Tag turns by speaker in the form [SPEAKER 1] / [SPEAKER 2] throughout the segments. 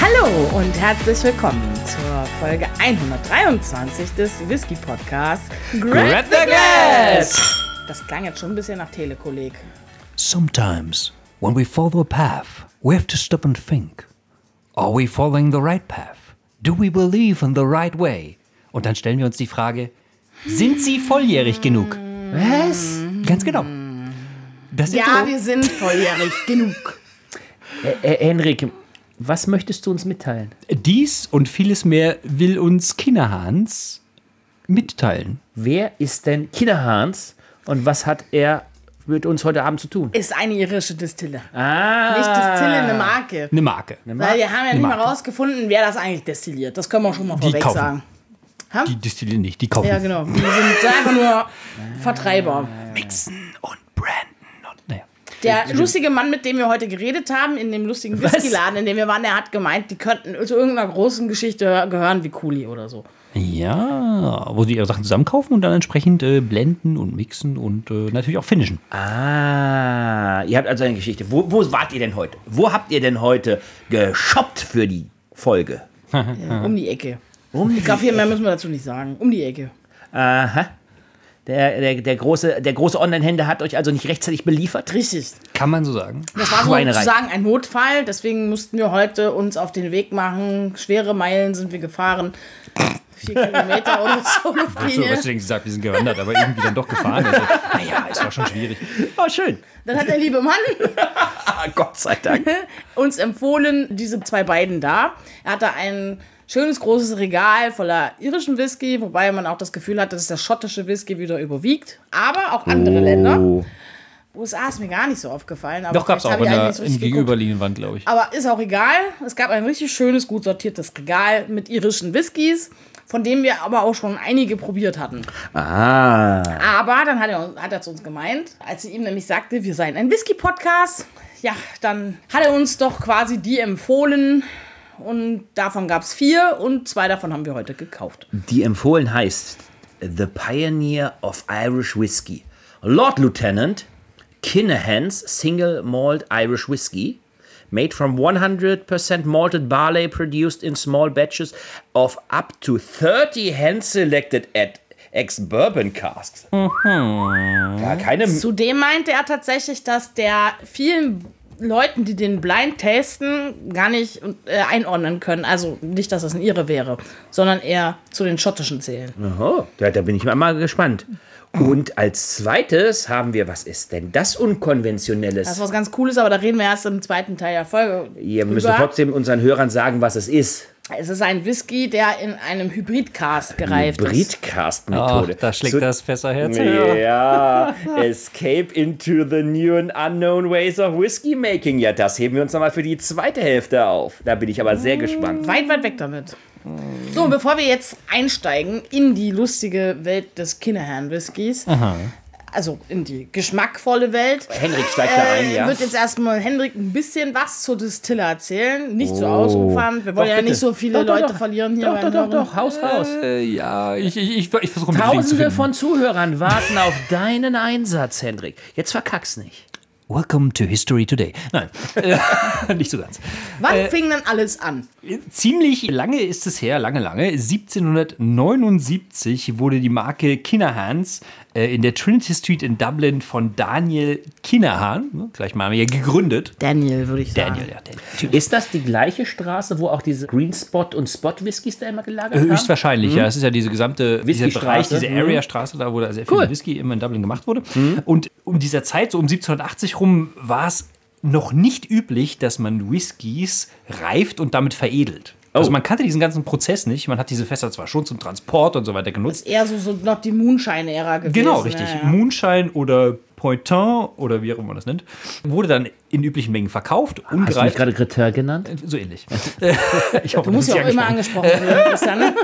[SPEAKER 1] Hallo und herzlich willkommen zur Folge 123 des Whisky Podcasts
[SPEAKER 2] Grab the Glass!
[SPEAKER 1] Das klang jetzt schon ein bisschen nach Telekolleg.
[SPEAKER 2] Sometimes, when we follow a path, we have to stop and think. Are we following the right path? Do we believe in the right way? Und dann stellen wir uns die Frage, sind sie volljährig genug? Was? Ganz genau. Das
[SPEAKER 1] Ja,
[SPEAKER 2] Intro-
[SPEAKER 1] wir sind volljährig genug.
[SPEAKER 3] Äh, Henrik, was möchtest du uns mitteilen?
[SPEAKER 2] Dies und vieles mehr will uns Kinderhans mitteilen.
[SPEAKER 3] Wer ist denn Kinderhans und was hat er mit uns heute Abend zu tun?
[SPEAKER 1] Ist eine irische Distille.
[SPEAKER 3] Ah,
[SPEAKER 1] Nicht Distille, eine Marke.
[SPEAKER 2] Eine Marke.
[SPEAKER 1] Weil wir haben ja nicht mal
[SPEAKER 2] Marke.
[SPEAKER 1] rausgefunden, wer das eigentlich destilliert. Das können wir schon mal
[SPEAKER 2] Die
[SPEAKER 1] vorweg
[SPEAKER 2] kaufen.
[SPEAKER 1] sagen.
[SPEAKER 2] Die destillieren nicht, die kaufen.
[SPEAKER 1] Ja, genau. Wir sind einfach nur Vertreiber.
[SPEAKER 2] Mixen und Branden und naja.
[SPEAKER 1] Der lustige Mann, mit dem wir heute geredet haben, in dem lustigen Whiskyladen, in dem wir waren, der hat gemeint, die könnten zu irgendeiner großen Geschichte gehören wie Kuli oder so.
[SPEAKER 2] Ja, wo sie ihre Sachen zusammenkaufen und dann entsprechend äh, blenden und mixen und äh, natürlich auch finishen.
[SPEAKER 3] ah, ihr habt also eine Geschichte. Wo, wo wart ihr denn heute? Wo habt ihr denn heute geshoppt für die Folge?
[SPEAKER 1] Um die Ecke.
[SPEAKER 3] Um
[SPEAKER 1] Ich glaube, viel mehr müssen wir dazu nicht sagen. Um die Ecke.
[SPEAKER 3] Aha. Der, der, der große, der große Online-Händler hat euch also nicht rechtzeitig beliefert?
[SPEAKER 1] Richtig.
[SPEAKER 2] Kann man so sagen.
[SPEAKER 1] Das war
[SPEAKER 3] Schweinerei.
[SPEAKER 1] sozusagen ein Notfall, deswegen mussten wir heute uns auf den Weg machen. Schwere Meilen sind wir gefahren. Vier Kilometer oder so. Luftlinie.
[SPEAKER 2] denkst, gesagt, wir sind gewandert, aber irgendwie dann doch gefahren. Also, naja, es war schon schwierig.
[SPEAKER 3] Oh, schön.
[SPEAKER 1] Dann hat der liebe Mann
[SPEAKER 3] Ah, Gott sei Dank.
[SPEAKER 1] uns empfohlen, diese zwei beiden da. Er hatte ein schönes großes Regal voller irischen Whisky, wobei man auch das Gefühl hatte, dass der schottische Whisky wieder überwiegt. Aber auch andere
[SPEAKER 2] Oh.
[SPEAKER 1] Länder.
[SPEAKER 3] Oh.
[SPEAKER 1] USA ist mir gar nicht so aufgefallen. Aber
[SPEAKER 2] Doch gab es auch
[SPEAKER 1] vielleicht
[SPEAKER 2] in
[SPEAKER 1] habe ich eigentlich
[SPEAKER 2] der
[SPEAKER 1] nicht so richtig geguckt.
[SPEAKER 2] gegenüberliegenden Wand, glaube ich.
[SPEAKER 1] Aber ist auch egal. Es gab ein richtig schönes, gut sortiertes Regal mit irischen Whiskys, von dem wir aber auch schon einige probiert hatten.
[SPEAKER 3] Ah.
[SPEAKER 1] Aber dann hat er, hat er zu uns gemeint, als ich ihm nämlich sagte, wir seien ein Whisky-Podcast. Ja, dann hat er uns doch quasi die empfohlen. Und davon gab es vier und zwei davon haben wir heute gekauft.
[SPEAKER 3] Die empfohlen heißt The Pioneer of Irish Whiskey. Lord Lieutenant Kinahans Single Malt Irish Whiskey. Made from 100% malted barley produced in small batches of up to 30 hand selected at ex-bourbon casks. Ja, keine
[SPEAKER 1] Zudem meinte er tatsächlich, dass der vielen Leuten, die den blind tasten, gar nicht äh, einordnen können. Also nicht, dass das ein Irre wäre, sondern eher zu den schottischen zählen.
[SPEAKER 3] Oh, da, da bin ich mal, mal gespannt. Und als zweites haben wir, was ist denn das Unkonventionelles?
[SPEAKER 1] Das ist was ganz Cooles, aber da reden wir erst im zweiten Teil der Folge.
[SPEAKER 3] Ihr müsst
[SPEAKER 1] drüber.
[SPEAKER 3] trotzdem unseren Hörern sagen, was es ist.
[SPEAKER 1] Es ist ein Whisky, der in einem Hybridcast gereift ist.
[SPEAKER 3] Breedcast-Methode.
[SPEAKER 2] da schlägt das Fässerherz.
[SPEAKER 3] Ja, Escape into the new and unknown ways of whiskey making. Ja, das heben wir uns nochmal für die zweite Hälfte auf. Da bin ich aber sehr gespannt.
[SPEAKER 1] Weit, weit weg damit. So, und bevor wir jetzt einsteigen in die lustige Welt des Kinahan-Whiskys, also in die geschmackvolle Welt,
[SPEAKER 3] Henrik steigt da ein, ja.
[SPEAKER 1] Äh, wird jetzt erstmal Henrik ein bisschen was zur Distille erzählen. Nicht zu
[SPEAKER 3] Oh.
[SPEAKER 1] ausufernd. Wir wollen
[SPEAKER 3] Doch,
[SPEAKER 1] ja
[SPEAKER 3] bitte.
[SPEAKER 1] nicht so viele
[SPEAKER 3] Doch, doch,
[SPEAKER 1] Leute
[SPEAKER 3] doch.
[SPEAKER 1] verlieren hier.
[SPEAKER 3] Doch,
[SPEAKER 1] bei
[SPEAKER 3] doch, doch,
[SPEAKER 1] den
[SPEAKER 3] doch, Haus, Haus.
[SPEAKER 2] Äh, ja, ich, ich, ich, ich versuche mit zu
[SPEAKER 3] Tausende
[SPEAKER 2] finden.
[SPEAKER 3] von Zuhörern warten auf deinen Einsatz, Henrik. Jetzt verkack's nicht.
[SPEAKER 2] Welcome to History Today. Nein, äh, nicht so ganz.
[SPEAKER 1] Wann fing denn alles an?
[SPEAKER 2] Ziemlich lange ist es her, lange, lange. 1779 wurde die Marke Kinahans äh, in der Trinity Street in Dublin von Daniel Kinahan, ne, gleich mal hier gegründet.
[SPEAKER 1] Daniel, würde ich sagen.
[SPEAKER 2] Daniel, ja, Daniel.
[SPEAKER 3] Ist das die gleiche Straße, wo auch diese Green Spot und Spot Whiskys da immer gelagert
[SPEAKER 2] Äh,
[SPEAKER 3] haben?
[SPEAKER 2] Höchstwahrscheinlich, ja. Es ist ja diese gesamte dieser
[SPEAKER 3] Whiskystraße.
[SPEAKER 2] Bereich, diese
[SPEAKER 3] Mhm.
[SPEAKER 2] Area-Straße, da wo da sehr viel Whisky immer in Dublin gemacht wurde. Und um dieser Zeit, so um 1780 rum, war es noch nicht üblich, dass man Whiskys reift und damit veredelt.
[SPEAKER 3] Oh.
[SPEAKER 2] Also man kannte diesen ganzen Prozess nicht. Man hat diese Fässer zwar schon zum Transport und so weiter genutzt.
[SPEAKER 1] Eher so, so noch die Moonshine-Ära gewesen.
[SPEAKER 2] Genau, richtig.
[SPEAKER 1] Ja, ja.
[SPEAKER 2] Moonshine oder Pointin oder wie auch immer man das nennt, wurde dann in üblichen Mengen
[SPEAKER 1] Ah,
[SPEAKER 2] verkauft,
[SPEAKER 3] Hast du mich
[SPEAKER 2] ungereift.
[SPEAKER 3] gerade Kreteur genannt?
[SPEAKER 2] So ähnlich. ich hoffe,
[SPEAKER 1] Du musst
[SPEAKER 2] bist
[SPEAKER 1] ja auch
[SPEAKER 2] nicht
[SPEAKER 1] immer
[SPEAKER 2] angesprochen.
[SPEAKER 1] angesprochen werden, Christian. ne?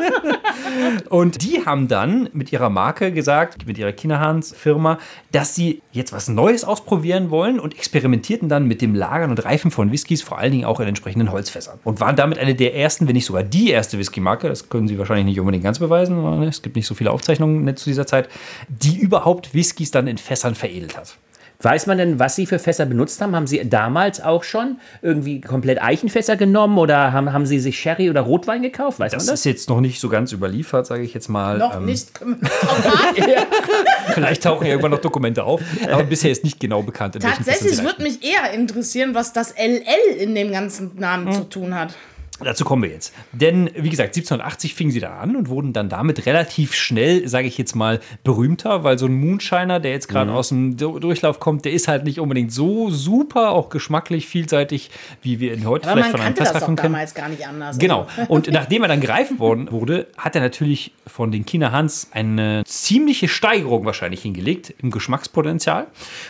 [SPEAKER 2] Und die haben dann mit ihrer Marke gesagt, mit ihrer Kinahans-Firma, dass sie jetzt was Neues ausprobieren wollen und experimentierten dann mit dem Lagern und Reifen von Whiskys, vor allen Dingen auch in entsprechenden Holzfässern. Und waren damit eine der ersten, wenn nicht sogar die erste Whisky-Marke, das können sie wahrscheinlich nicht unbedingt ganz beweisen, ne? weil es gibt nicht so viele Aufzeichnungen zu dieser Zeit, die überhaupt Whiskys dann in Fässern veredelt hat.
[SPEAKER 3] Weiß man denn, was Sie für Fässer benutzt haben? Haben Sie damals auch schon irgendwie komplett Eichenfässer genommen oder haben, haben Sie sich Sherry oder Rotwein gekauft? Weiß
[SPEAKER 2] Das
[SPEAKER 3] man das?
[SPEAKER 2] ist jetzt noch nicht so ganz überliefert, sage ich jetzt mal.
[SPEAKER 1] Noch
[SPEAKER 2] Ähm,
[SPEAKER 1] nicht. können wir drauf warten.
[SPEAKER 2] Vielleicht tauchen ja irgendwann noch Dokumente auf, aber bisher ist nicht genau bekannt. In welchen
[SPEAKER 1] Tatsächlich
[SPEAKER 2] Fässern sie
[SPEAKER 1] würde mich eher interessieren, was das LL in dem ganzen Namen zu tun hat.
[SPEAKER 2] Dazu kommen wir jetzt. Denn, wie gesagt, 1780 fingen sie da an und wurden dann damit relativ schnell, sage ich jetzt mal, berühmter, weil so ein Moonshiner, der jetzt
[SPEAKER 1] Mhm.
[SPEAKER 2] gerade aus dem Du- Durchlauf kommt, der ist halt nicht unbedingt so super, auch geschmacklich vielseitig, wie wir ihn heute
[SPEAKER 1] Aber man
[SPEAKER 2] vielleicht von einem
[SPEAKER 1] kannte das
[SPEAKER 2] Fassraffen
[SPEAKER 1] doch
[SPEAKER 2] kennen.
[SPEAKER 1] damals gar nicht anders.
[SPEAKER 2] Genau. Und nachdem er dann greifen worden wurde, hat er natürlich von den China Hans eine ziemliche Steigerung wahrscheinlich hingelegt im Geschmackspotenzial.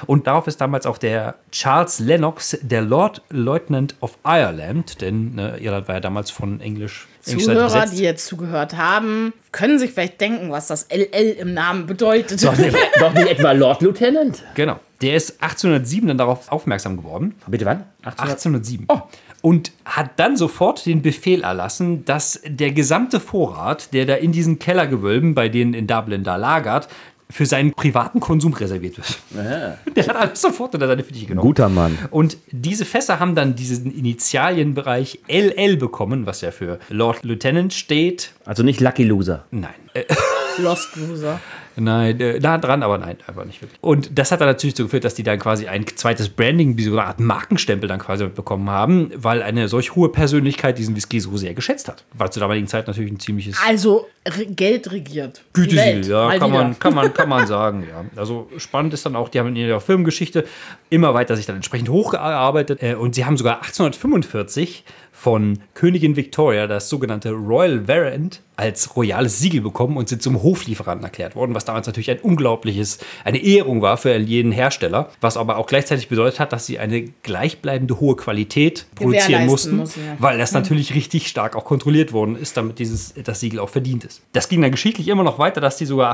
[SPEAKER 2] Und darauf ist damals auch der Charles Lennox, der Lord Lieutenant of Ireland, denn ne, Irland war ja damals von Englisch. Englischseite
[SPEAKER 1] Zuhörer,
[SPEAKER 2] besetzt.
[SPEAKER 1] die jetzt zugehört haben, können sich vielleicht denken, was das LL im Namen bedeutet.
[SPEAKER 3] Doch nicht, doch nicht etwa Lord Lieutenant?
[SPEAKER 2] Genau. Der ist 1807 dann darauf aufmerksam geworden.
[SPEAKER 3] Bitte wann? 1800?
[SPEAKER 2] 1807. Oh. Und hat dann sofort den Befehl erlassen, dass der gesamte Vorrat, der da in diesen Kellergewölben, bei denen in Dublin da lagert, für seinen privaten Konsum reserviert wird. Der hat alles sofort unter seine Fittiche genommen.
[SPEAKER 3] Guter Mann.
[SPEAKER 2] Und diese Fässer haben dann diesen Initialienbereich LL bekommen, was ja für Lord Lieutenant steht.
[SPEAKER 3] Also nicht Lucky Loser.
[SPEAKER 2] Nein, Äh,
[SPEAKER 1] Lost Loser.
[SPEAKER 2] Nein, äh, nah dran, aber nein, aber nicht wirklich. Und das hat dann natürlich dazu geführt, dass die dann quasi ein zweites Branding, wie so eine Art Markenstempel dann quasi bekommen haben, weil eine solch hohe Persönlichkeit diesen Whisky so sehr geschätzt hat. War zur damaligen Zeit natürlich ein ziemliches
[SPEAKER 1] Also re Geld regiert. Die Welt,
[SPEAKER 2] Gütesiegel, ja,
[SPEAKER 1] mal
[SPEAKER 2] kann
[SPEAKER 1] wieder.
[SPEAKER 2] man, kann, man, kann man sagen, ja. Also spannend ist dann auch, die haben in ihrer Firmengeschichte immer weiter sich dann entsprechend hochgearbeitet äh, und sie haben sogar 1845 von Königin Victoria das sogenannte Royal Variant als royales Siegel bekommen und sind zum Hoflieferanten erklärt worden, was damals natürlich ein unglaubliches, eine Ehrung war für jeden Hersteller, was aber auch gleichzeitig bedeutet hat, dass sie eine gleichbleibende hohe Qualität produzieren
[SPEAKER 1] Gewährleisten
[SPEAKER 2] mussten,
[SPEAKER 1] müssen, ja.
[SPEAKER 2] weil das natürlich richtig stark auch kontrolliert worden ist, damit dieses, das Siegel auch verdient ist. Das ging dann geschichtlich immer noch weiter, dass die sogar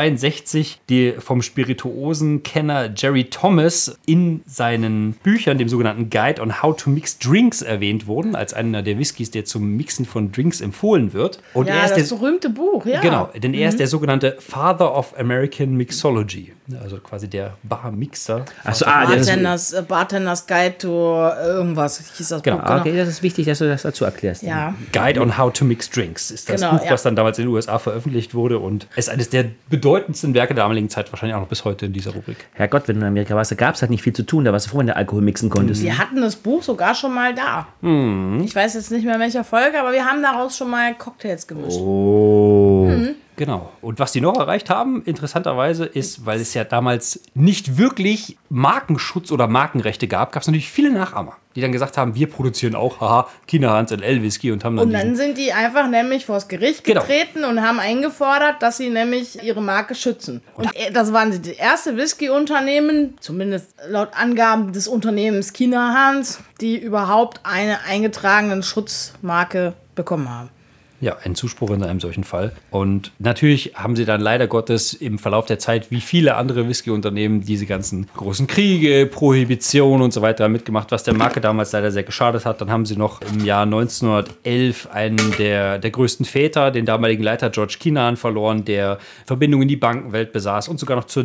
[SPEAKER 2] 1862 die vom Spirituosenkenner Jerry Thomas in seinen Büchern, dem sogenannten Guide on How to Mix Drinks, erwähnt wurden, als einer der Whiskys, der zum Mixen von Drinks empfohlen wird. Und
[SPEAKER 1] Ja,
[SPEAKER 2] er ist
[SPEAKER 1] das
[SPEAKER 2] der,
[SPEAKER 1] berühmte Buch, ja.
[SPEAKER 2] Genau, denn er
[SPEAKER 1] Mhm.
[SPEAKER 2] ist der sogenannte Father of American Mixology, also quasi der Barmixer.
[SPEAKER 3] Achso, ah, das ist,
[SPEAKER 1] Bartenders, äh, Bartenders Guide to äh, irgendwas hieß das
[SPEAKER 2] Genau,
[SPEAKER 1] Buch.
[SPEAKER 3] ah, okay, das ist wichtig, dass du das dazu erklärst.
[SPEAKER 1] Ja.
[SPEAKER 2] Guide on How to Mix Drinks ist das
[SPEAKER 1] Genau,
[SPEAKER 2] Buch,
[SPEAKER 1] ja.
[SPEAKER 2] was dann damals in den USA veröffentlicht wurde und ist eines der bedeutendsten Werke der damaligen Zeit, wahrscheinlich auch noch bis heute in dieser Rubrik.
[SPEAKER 3] Herrgott, wenn du in Amerika warst, da gab es halt nicht viel zu tun. Da warst du froh, wenn du Alkohol mixen konntest.
[SPEAKER 1] Wir hatten das Buch sogar schon mal da.
[SPEAKER 2] Mhm.
[SPEAKER 1] Ich weiß jetzt nicht mehr, in welcher Folge, aber wir haben daraus schon mal Cocktails gemischt. Mhm.
[SPEAKER 2] Genau. Und was die noch erreicht haben, interessanterweise, ist, weil es ja damals nicht wirklich Markenschutz oder Markenrechte gab, gab es natürlich viele Nachahmer, die dann gesagt haben, wir produzieren auch, haha, China Hans und L Whisky und haben dann,
[SPEAKER 1] Und dann
[SPEAKER 2] diesen-
[SPEAKER 1] sind die einfach nämlich vors Gericht
[SPEAKER 2] Genau.
[SPEAKER 1] getreten und haben eingefordert, dass sie nämlich ihre Marke schützen. Und äh, das waren sie das erste Whisky-Unternehmen, zumindest laut Angaben des Unternehmens China Hans, die überhaupt eine eingetragene Schutzmarke bekommen haben.
[SPEAKER 2] ja, einen Zuspruch in einem solchen Fall. Und natürlich haben sie dann leider Gottes im Verlauf der Zeit, wie viele andere Whisky-Unternehmen, diese ganzen großen Kriege, Prohibition und so weiter mitgemacht, was der Marke damals leider sehr geschadet hat. Dann haben sie noch im Jahr 1911 einen der, der größten Väter, den damaligen Leiter George Kinahan, verloren, der Verbindungen in die Bankenwelt besaß und sogar noch zur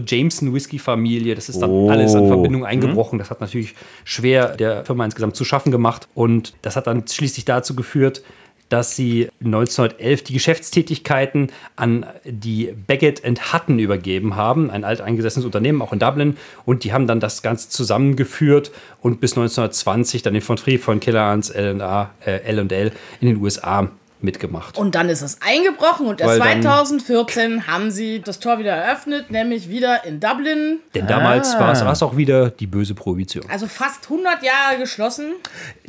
[SPEAKER 2] Jameson-Whisky-Familie. Das ist dann alles an Verbindungen eingebrochen. Das hat natürlich schwer der Firma insgesamt zu schaffen gemacht. Und das hat dann schließlich dazu geführt, dass sie 1911 die Geschäftstätigkeiten an die Beckett and Hutton übergeben haben, ein alteingesessenes Unternehmen, auch in Dublin. Und die haben dann das Ganze zusammengeführt und bis 1920 dann den von Free von Kellerhans L&A, äh, L&L in den USA mitgemacht.
[SPEAKER 1] Und dann ist es eingebrochen und erst
[SPEAKER 2] Weil dann-
[SPEAKER 1] 2014 haben sie das Tor wieder eröffnet, nämlich wieder in Dublin.
[SPEAKER 2] Denn damals
[SPEAKER 1] Ah.
[SPEAKER 2] war es- war es auch wieder die böse Prohibition.
[SPEAKER 1] Also fast 100 Jahre geschlossen.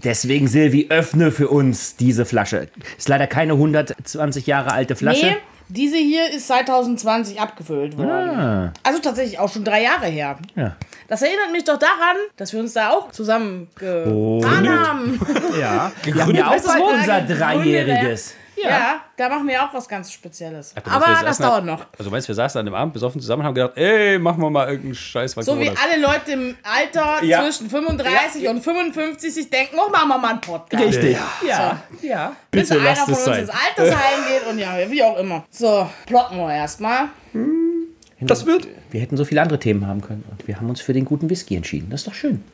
[SPEAKER 3] Deswegen, Silvi, öffne für uns diese Flasche. Ist leider keine 120 Jahre alte Flasche.
[SPEAKER 1] Nee, diese hier ist 2020 abgefüllt worden. Also tatsächlich auch schon drei Jahre her.
[SPEAKER 3] Ja.
[SPEAKER 1] Das erinnert mich doch daran, dass wir uns da auch zusammen getan haben.
[SPEAKER 3] Ja. Wir haben
[SPEAKER 2] Gegründet.
[SPEAKER 3] ja auch
[SPEAKER 1] Weißt du, was
[SPEAKER 3] bald
[SPEAKER 1] wir
[SPEAKER 3] unser
[SPEAKER 1] sagen? Gegründet,
[SPEAKER 3] dreijähriges.
[SPEAKER 1] Ja. da machen wir auch was ganz Spezielles.
[SPEAKER 2] Ach, du meinst, wir
[SPEAKER 1] Aber das
[SPEAKER 2] saßen-
[SPEAKER 1] dauert noch.
[SPEAKER 2] Also meinst du, wir saßen an dem Abend besoffen zusammen und haben gedacht, ey, machen wir mal irgendeinen Scheiß. weil
[SPEAKER 1] So wie
[SPEAKER 2] Corona ist.
[SPEAKER 1] alle Leute im Alter
[SPEAKER 3] Ja.
[SPEAKER 1] zwischen 35 und 55 sich denken, oh, machen wir mal einen Podcast.
[SPEAKER 3] Richtig.
[SPEAKER 1] Ja.
[SPEAKER 3] Ja.
[SPEAKER 1] Bis
[SPEAKER 2] Bitte
[SPEAKER 1] einer
[SPEAKER 2] lasst
[SPEAKER 1] von
[SPEAKER 2] es
[SPEAKER 1] uns
[SPEAKER 2] sein.
[SPEAKER 1] ins Altersheim geht und ja, wie auch immer. So, plotten wir erstmal.
[SPEAKER 2] Das wird.
[SPEAKER 3] Wir hätten so viele andere Themen haben können. Und wir haben uns für den guten Whisky entschieden. Das ist doch schön.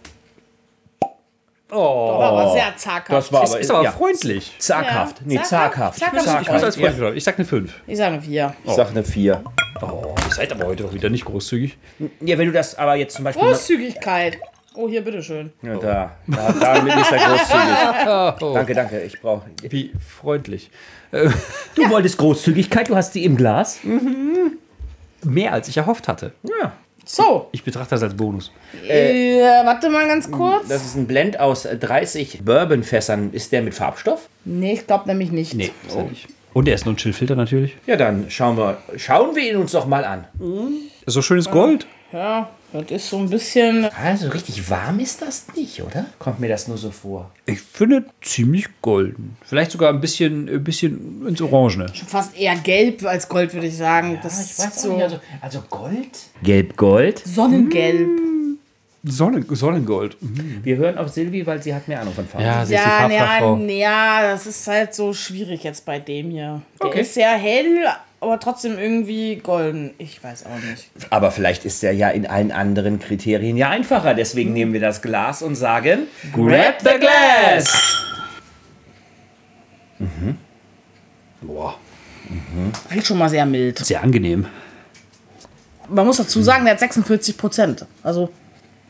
[SPEAKER 1] War aber sehr zaghaft.
[SPEAKER 2] Ist, ist aber freundlich.
[SPEAKER 3] zaghaft. Nee,
[SPEAKER 1] Zaghaft? Zaghaft.
[SPEAKER 3] zaghaft.
[SPEAKER 2] Ich muss
[SPEAKER 1] Zaghaft.
[SPEAKER 3] zaghaft.
[SPEAKER 2] als freundlich glauben. Ich sag eine 5.
[SPEAKER 1] Ich sage vier.
[SPEAKER 4] Ich sag eine 4.
[SPEAKER 2] Ihr seid aber heute doch wieder nicht großzügig.
[SPEAKER 3] Ja, wenn du das aber jetzt zum Beispiel.
[SPEAKER 1] Großzügigkeit. Oh, hier, bitteschön.
[SPEAKER 4] Ja, da. da damit ist er großzügig. Danke, danke. Ich brauche.
[SPEAKER 2] Wie freundlich.
[SPEAKER 3] Du wolltest Großzügigkeit, du hast sie im Glas.
[SPEAKER 2] Mehr als ich erhofft hatte.
[SPEAKER 3] Ja.
[SPEAKER 1] So,
[SPEAKER 2] Ich betrachte das als Bonus.
[SPEAKER 1] äh, warte mal ganz kurz.
[SPEAKER 3] Das ist ein Blend aus 30 Bourbonfässern. Ist der mit Farbstoff?
[SPEAKER 1] Nee, ich glaube nämlich nicht.
[SPEAKER 2] Ist er nicht. Und er ist nur ein Chillfilter natürlich.
[SPEAKER 3] Ja, dann schauen wir, schauen wir ihn uns doch mal an.
[SPEAKER 2] So schönes Gold.
[SPEAKER 1] Ja, das ist so ein bisschen.
[SPEAKER 3] Also richtig warm ist das nicht, oder? Kommt mir das nur so vor.
[SPEAKER 2] Ich finde ziemlich golden. Vielleicht sogar ein bisschen, ein bisschen ins Orangene.
[SPEAKER 1] Fast eher gelb als Gold, würde ich sagen. das
[SPEAKER 3] Ich weiß
[SPEAKER 1] ist
[SPEAKER 3] auch nicht,
[SPEAKER 1] so
[SPEAKER 3] also, also Gold. Gelb-Gold.
[SPEAKER 1] Sonnengelb.
[SPEAKER 3] Hm.
[SPEAKER 2] Sonnen, Sonnengold.
[SPEAKER 3] Wir hören auf Silvi, weil sie hat mehr Ahnung von Farben.
[SPEAKER 2] sie
[SPEAKER 1] Ja, ja,
[SPEAKER 2] Farbfrau.
[SPEAKER 1] ja, das ist halt so schwierig jetzt bei dem hier. Der ist sehr hell, aber trotzdem irgendwie golden. Ich weiß auch nicht.
[SPEAKER 3] Aber vielleicht ist er ja in allen anderen Kriterien ja einfacher. Deswegen nehmen wir das Glas und sagen: Grab the glass!
[SPEAKER 2] Boah,
[SPEAKER 1] Riecht schon mal sehr mild.
[SPEAKER 2] sehr angenehm.
[SPEAKER 1] Man muss dazu sagen, der hat 46 Prozent. Also,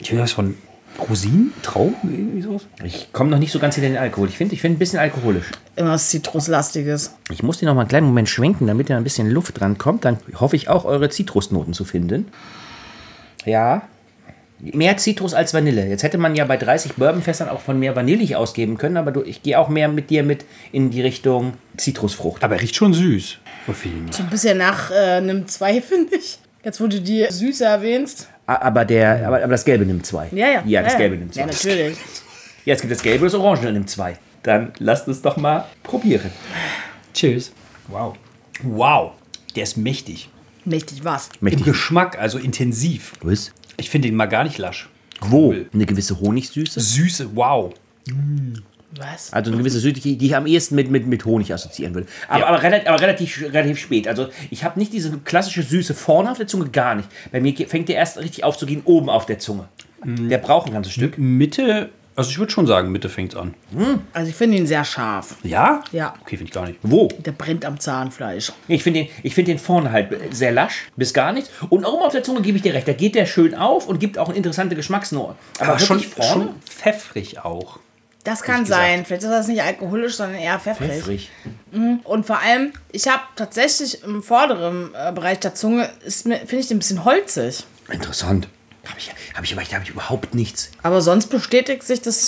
[SPEAKER 2] Ich höre was von Rosinen, Trauben, irgendwie sowas.
[SPEAKER 3] Ich komme noch nicht so ganz hinter den Alkohol. Ich finde ich find ein bisschen alkoholisch.
[SPEAKER 1] irgendwas Zitruslastiges.
[SPEAKER 3] Ich muss den noch mal einen kleinen Moment schwenken, damit da ein bisschen Luft dran kommt. Dann hoffe ich auch, eure Zitrusnoten zu finden. Ja. Mehr Zitrus als Vanille. Jetzt hätte man ja bei 30 Bourbonfässern auch von mehr vanillig ausgeben können, aber du, ich gehe auch mehr mit dir mit in die Richtung Zitrusfrucht.
[SPEAKER 2] Aber er riecht schon süß. Auf jeden Fall.
[SPEAKER 1] So ein bisschen nach äh, einem 2, finde ich. Jetzt, wo du die Süße erwähnst.
[SPEAKER 3] A- Aber, der, aber, aber das Gelbe nimmt zwei. Ja, das Gelbe nimmt zwei.
[SPEAKER 1] Ja, natürlich.
[SPEAKER 3] Ja, es gibt das Gelbe und das Orange in dem 2. Dann lasst es doch mal probieren.
[SPEAKER 2] Cheers. Wow. Wow. Der ist mächtig.
[SPEAKER 1] Mächtig was.
[SPEAKER 2] Im Geschmack, also intensiv.
[SPEAKER 3] Luis,
[SPEAKER 2] Ich finde ihn mal gar nicht lasch.
[SPEAKER 3] wo eine gewisse Honigsüße,
[SPEAKER 2] Süße, wow.
[SPEAKER 1] Was?
[SPEAKER 3] also eine gewisse Süße, die die ich am ehesten mit, mit, mit Honig assoziieren will. Aber, aber, relativ, aber relativ, relativ spät. Also ich habe nicht diese klassische Süße vorne auf der Zunge, gar nicht. Bei mir ge- fängt der erst richtig aufzugehen oben auf der Zunge. Der braucht ein ganzes Stück.
[SPEAKER 2] Mitte, also ich würde schon sagen, Mitte fängt an.
[SPEAKER 1] Also, ich finde ihn sehr scharf.
[SPEAKER 2] Ja?
[SPEAKER 1] Ja.
[SPEAKER 2] Okay, finde ich gar nicht.
[SPEAKER 3] Wo?
[SPEAKER 1] Der brennt am Zahnfleisch.
[SPEAKER 3] Ich finde den, ich find den vorne halt sehr lasch, bis gar nichts. Und oben auf der Zunge gebe ich dir recht. Da geht der schön auf und gibt auch eine interessante Geschmacksnote. Aber,
[SPEAKER 2] Aber schon,
[SPEAKER 3] wirklich vorne?
[SPEAKER 2] schon pfeffrig auch.
[SPEAKER 1] Das kann sein. Vielleicht ist das nicht alkoholisch, sondern eher pfeffrig.
[SPEAKER 3] Pfeffrig.
[SPEAKER 1] Und vor allem, ich habe tatsächlich im vorderen äh, Bereich der Zunge, ist mir- finde ich den ein bisschen holzig.
[SPEAKER 3] Interessant. Habe ich, hab ich, aber- da hab ich überhaupt nichts.
[SPEAKER 1] Aber sonst bestätigt sich das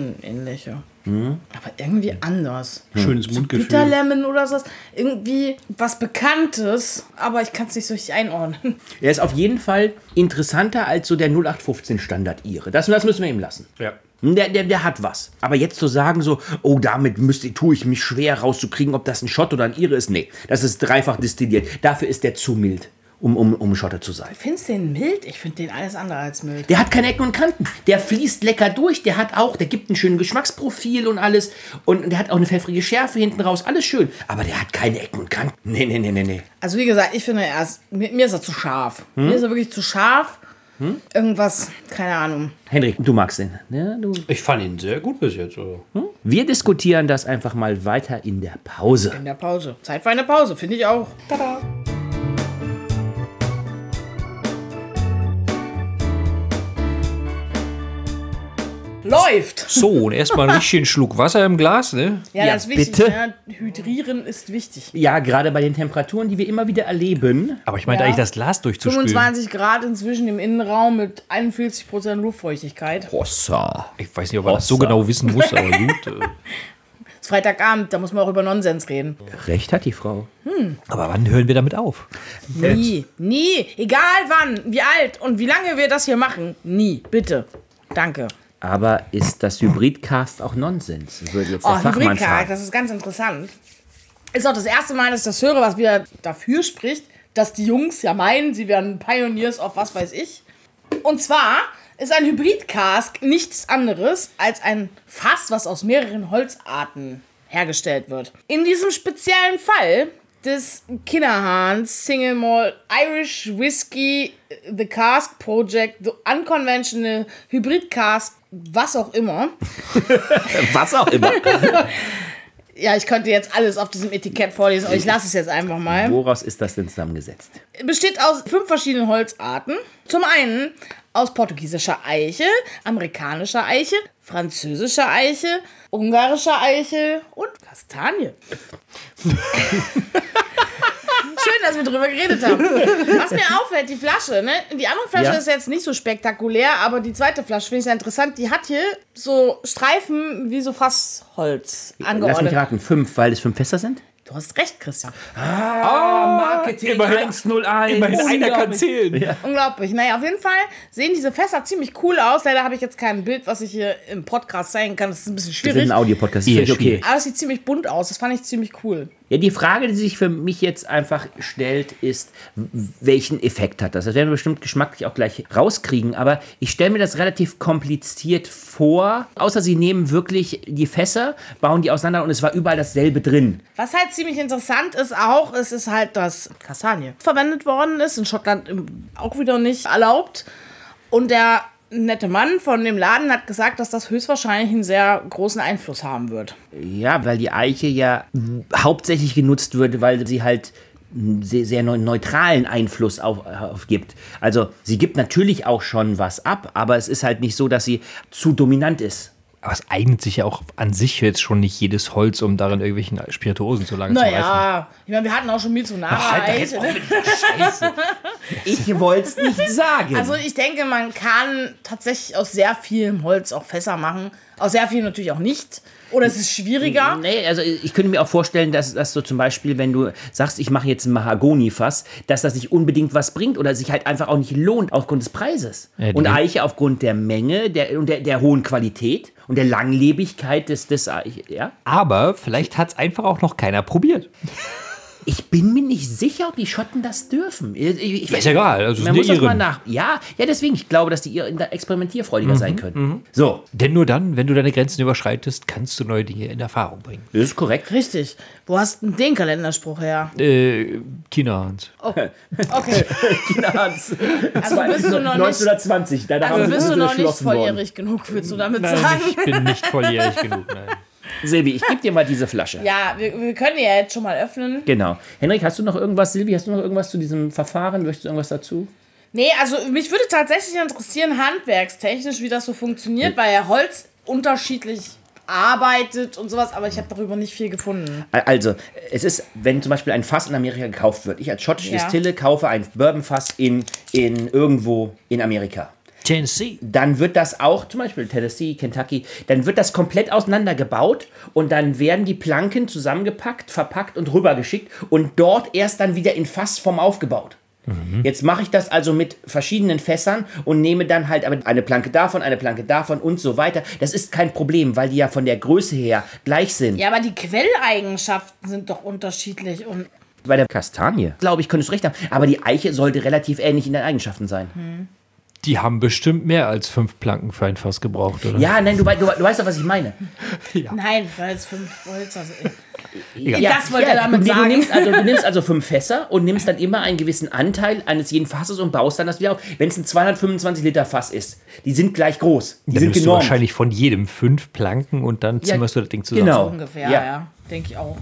[SPEAKER 1] Zitronenähnliche.
[SPEAKER 3] Hm?
[SPEAKER 1] Aber irgendwie anders.
[SPEAKER 2] Schönes
[SPEAKER 1] Bitter
[SPEAKER 2] Mundgefühl.
[SPEAKER 1] Lemon oder so. Irgendwie was Bekanntes, aber ich kann es nicht so richtig einordnen.
[SPEAKER 3] Er ist auf jeden Fall interessanter als so der 0815 Standard Ihre. Das, das müssen wir ihm lassen. Hm,
[SPEAKER 2] Ja.
[SPEAKER 3] Der, der, der hat was. Aber jetzt zu sagen so, oh, damit müsste, tue ich mich schwer rauszukriegen, ob das ein Schott oder ein Ire ist. Nee, das ist dreifach destilliert. Dafür ist der zu mild, um, um, um Schotter zu sein.
[SPEAKER 1] Findest du den mild? Ich finde den alles andere als mild.
[SPEAKER 3] Der hat keine Ecken und Kanten. Der fließt lecker durch. Der hat auch, der gibt einen schönen Geschmacksprofil und alles. Und der hat auch eine pfeffrige Schärfe hinten raus. Alles schön. Aber der hat keine Ecken und Kanten. Nee, nee, nee, nee, nee.
[SPEAKER 1] Also wie gesagt, ich finde er ist, mir, mir ist er zu scharf. Mir ist er wirklich zu scharf. Irgendwas, keine Ahnung.
[SPEAKER 3] Henrik, du magst den. Ja, du
[SPEAKER 2] Ich fand ihn sehr gut bis jetzt. Also.
[SPEAKER 3] Wir diskutieren das einfach mal weiter in der Pause.
[SPEAKER 1] In der Pause. Zeit für eine Pause, finde ich auch. Tada. Läuft!
[SPEAKER 2] So, und erstmal einen richtigen Schluck Wasser im Glas, ne?
[SPEAKER 1] Ja,
[SPEAKER 3] Ja,
[SPEAKER 1] das ist wichtig.
[SPEAKER 3] bitte.
[SPEAKER 1] Ne? Hydrieren ist wichtig.
[SPEAKER 3] Ja, gerade bei den Temperaturen, die wir immer wieder erleben.
[SPEAKER 2] Aber ich meinte
[SPEAKER 1] Ja.
[SPEAKER 2] eigentlich, das Glas durchzuspülen.
[SPEAKER 1] 25 Grad inzwischen im Innenraum mit 41% Luftfeuchtigkeit.
[SPEAKER 3] Hossa.
[SPEAKER 2] Ich weiß nicht, ob man das so genau wissen muss, aber gut. äh.
[SPEAKER 1] Es ist Freitagabend, da muss man auch über Nonsens reden.
[SPEAKER 3] Recht hat die Frau.
[SPEAKER 2] Aber wann hören wir damit auf?
[SPEAKER 1] Nie, nie, egal wann, wie alt und wie lange wir das hier machen, nie, bitte. Danke.
[SPEAKER 3] Aber ist das Hybridcast auch Nonsens? Würde jetzt der
[SPEAKER 1] Oh,
[SPEAKER 3] Fachmann
[SPEAKER 1] Hybridcharakter,
[SPEAKER 3] fragen.
[SPEAKER 1] das ist ganz interessant. Ist auch das erste Mal, dass ich das höre, was wieder dafür spricht, dass die Jungs ja meinen, sie wären Pioneers auf was weiß ich. Und zwar ist ein Hybridcask nichts anderes als ein Fass, was aus mehreren Holzarten hergestellt wird. In diesem speziellen Fall des Kinderhahns Single Malt Irish Whiskey The Cask Project, The Unconventional Hybrid Cask, was auch immer.
[SPEAKER 3] Was auch immer.
[SPEAKER 1] Ja, ich könnte jetzt alles auf diesem Etikett vorlesen, aber ich lasse es jetzt einfach mal.
[SPEAKER 3] Woraus ist das denn zusammengesetzt?
[SPEAKER 1] Besteht aus fünf verschiedenen Holzarten. Zum einen aus portugiesischer Eiche, amerikanischer Eiche, französischer Eiche, ungarischer Eiche und Kastanie. Schön, dass wir drüber geredet haben. Was mir auffällt, die Flasche, ne? Die andere Flasche
[SPEAKER 3] Ja.
[SPEAKER 1] ist jetzt nicht so spektakulär, aber die zweite Flasche finde ich sehr interessant. Die hat hier so Streifen wie so Fassholz
[SPEAKER 3] Lass mich
[SPEAKER 1] angeordnet.
[SPEAKER 3] raten, fünf, weil es fünf Fässer sind?
[SPEAKER 1] Du hast recht, Christian.
[SPEAKER 2] Ah, Marketing immerhin, 101. Immerhin einer kann zählen.
[SPEAKER 1] Unglaublich. Naja, auf jeden Fall sehen diese Fässer ziemlich cool aus. Leider habe ich jetzt kein Bild, was ich hier im Podcast zeigen kann. Das ist ein bisschen
[SPEAKER 3] Wir sind
[SPEAKER 1] schwierig.
[SPEAKER 3] ein
[SPEAKER 1] Aber
[SPEAKER 3] Audiopodcast, ist völlig okay.
[SPEAKER 1] es sieht ziemlich bunt aus. Das fand ich ziemlich cool.
[SPEAKER 3] Ja, die Frage, die sich für mich jetzt einfach stellt, ist, w- welchen Effekt hat das? Das werden wir bestimmt geschmacklich auch gleich rauskriegen, aber ich stelle mir das relativ kompliziert vor. Außer sie nehmen wirklich die Fässer, bauen die auseinander und es war überall dasselbe drin.
[SPEAKER 1] Was halt ziemlich interessant ist auch, es ist halt, dass Kastanie verwendet worden ist. In Schottland im- auch wieder nicht erlaubt. Und der nette Mann von dem Laden hat gesagt, dass das höchstwahrscheinlich einen sehr großen Einfluss haben wird.
[SPEAKER 3] Ja, weil die Eiche ja hauptsächlich genutzt wird, weil sie halt einen sehr, sehr neu- neutralen Einfluss auf, auf gibt. Also sie gibt natürlich auch schon was ab, aber es ist halt nicht so, dass sie zu dominant ist.
[SPEAKER 2] Aber es eignet sich ja auch an sich jetzt schon nicht jedes Holz, um darin irgendwelchen Spirituosen so lange zu reifen.
[SPEAKER 1] Naja, ich meine, wir hatten auch schon Mizunara.
[SPEAKER 2] halt doch
[SPEAKER 1] Eiche, ne?
[SPEAKER 2] jetzt
[SPEAKER 3] Ich wollte es nicht sagen.
[SPEAKER 1] Also ich denke, man kann tatsächlich aus sehr vielem Holz auch Fässer machen. Aus sehr viel natürlich auch nicht. Oder es ist schwieriger.
[SPEAKER 3] Nee, also ich könnte mir auch vorstellen, dass, dass du zum Beispiel, wenn du sagst, ich mache jetzt ein Mahagoni-Fass, dass das nicht unbedingt was bringt oder sich halt einfach auch nicht lohnt aufgrund des Peises.
[SPEAKER 2] Ja, die-
[SPEAKER 3] und Eiche aufgrund der Menge der, und der, der hohen Qualität und der Langlebigkeit des, des Eiche. Ja?
[SPEAKER 2] Aber vielleicht hat es einfach auch noch keiner probiert.
[SPEAKER 3] Ich bin mir nicht sicher, ob die Schotten das dürfen. Ich, ich, ich-
[SPEAKER 2] Ist egal. Also
[SPEAKER 3] Man muss das mal
[SPEAKER 2] Iren.
[SPEAKER 3] nach. Ja, ja, deswegen, ich glaube, dass die Iren da
[SPEAKER 2] Mhm,
[SPEAKER 3] experimentierfreudiger sein können. So,
[SPEAKER 2] Denn nur dann, wenn du deine Grenzen überschreitest, kannst du neue Dinge in Erfahrung bringen.
[SPEAKER 3] das ist korrekt.
[SPEAKER 1] Richtig. Wo hast denn den Kalenderspruch her?
[SPEAKER 2] Äh, Kinderhand.
[SPEAKER 3] Oh,
[SPEAKER 1] Okay,
[SPEAKER 3] Hans,
[SPEAKER 1] also bist du noch nicht,
[SPEAKER 4] 1920, da
[SPEAKER 1] also
[SPEAKER 4] haben sie
[SPEAKER 1] bist du
[SPEAKER 4] gut
[SPEAKER 1] noch nicht
[SPEAKER 4] durchschlossen worden.
[SPEAKER 1] volljährig genug, willst du damit sagen?
[SPEAKER 2] Ich bin nicht volljährig genug. Nein.
[SPEAKER 3] Silvi, ich gebe dir mal diese Flasche.
[SPEAKER 1] Ja, wir, wir können die ja jetzt schon mal öffnen.
[SPEAKER 3] Genau. Henrik, hast du noch irgendwas, Silvi, hast du noch irgendwas zu diesem Verfahren? Möchtest du irgendwas dazu?
[SPEAKER 1] Nee, also mich würde tatsächlich interessieren, handwerkstechnisch, wie das so funktioniert, weil ja Holz unterschiedlich arbeitet und sowas, aber ich habe darüber nicht viel gefunden.
[SPEAKER 3] Also, es ist, wenn zum Beispiel ein Fass in Amerika gekauft wird. Ich als schottische
[SPEAKER 1] Ja.
[SPEAKER 3] Distille kaufe ein Bourbonfass in, in irgendwo in Amerika.
[SPEAKER 2] Tennessee.
[SPEAKER 3] Dann wird das auch, zum Beispiel Tennessee, Kentucky, dann wird das komplett auseinandergebaut und dann werden die Planken zusammengepackt, verpackt und rübergeschickt und dort erst dann wieder in Fassform aufgebaut. Jetzt mache ich das also mit verschiedenen Fässern und nehme dann halt aber eine Planke davon, eine Planke davon und so weiter. Das ist kein Problem, weil die ja von der Größe her gleich sind.
[SPEAKER 1] Ja, aber die Quelleigenschaften sind doch unterschiedlich und
[SPEAKER 3] Bei der Kastanie, glaube ich, könntest du recht haben. Aber die Eiche sollte relativ ähnlich in den Eigenschaften sein.
[SPEAKER 2] Die haben bestimmt mehr als fünf Planken für ein Fass gebraucht, oder?
[SPEAKER 3] Ja, nein, du, wei- du, wei- du weißt doch, was ich meine.
[SPEAKER 1] Nein, weil es fünf also Holzer sind.
[SPEAKER 3] Ja,
[SPEAKER 1] Das wollte er damit
[SPEAKER 3] du,
[SPEAKER 1] sagen.
[SPEAKER 3] Du nimmst, also, du nimmst also fünf Fässer und nimmst dann immer einen gewissen Anteil eines jeden Fasses und baust dann das wieder auf. Wenn es ein 225 Liter Fass ist, die sind gleich groß. Die
[SPEAKER 2] Dann
[SPEAKER 3] sind
[SPEAKER 2] nimmst du
[SPEAKER 3] genormt.
[SPEAKER 2] wahrscheinlich von jedem fünf Planken und dann zimmerst du das Ding zusammen.
[SPEAKER 3] Genau.
[SPEAKER 1] Ungefähr, ja,
[SPEAKER 3] Ja.
[SPEAKER 1] denke ich auch.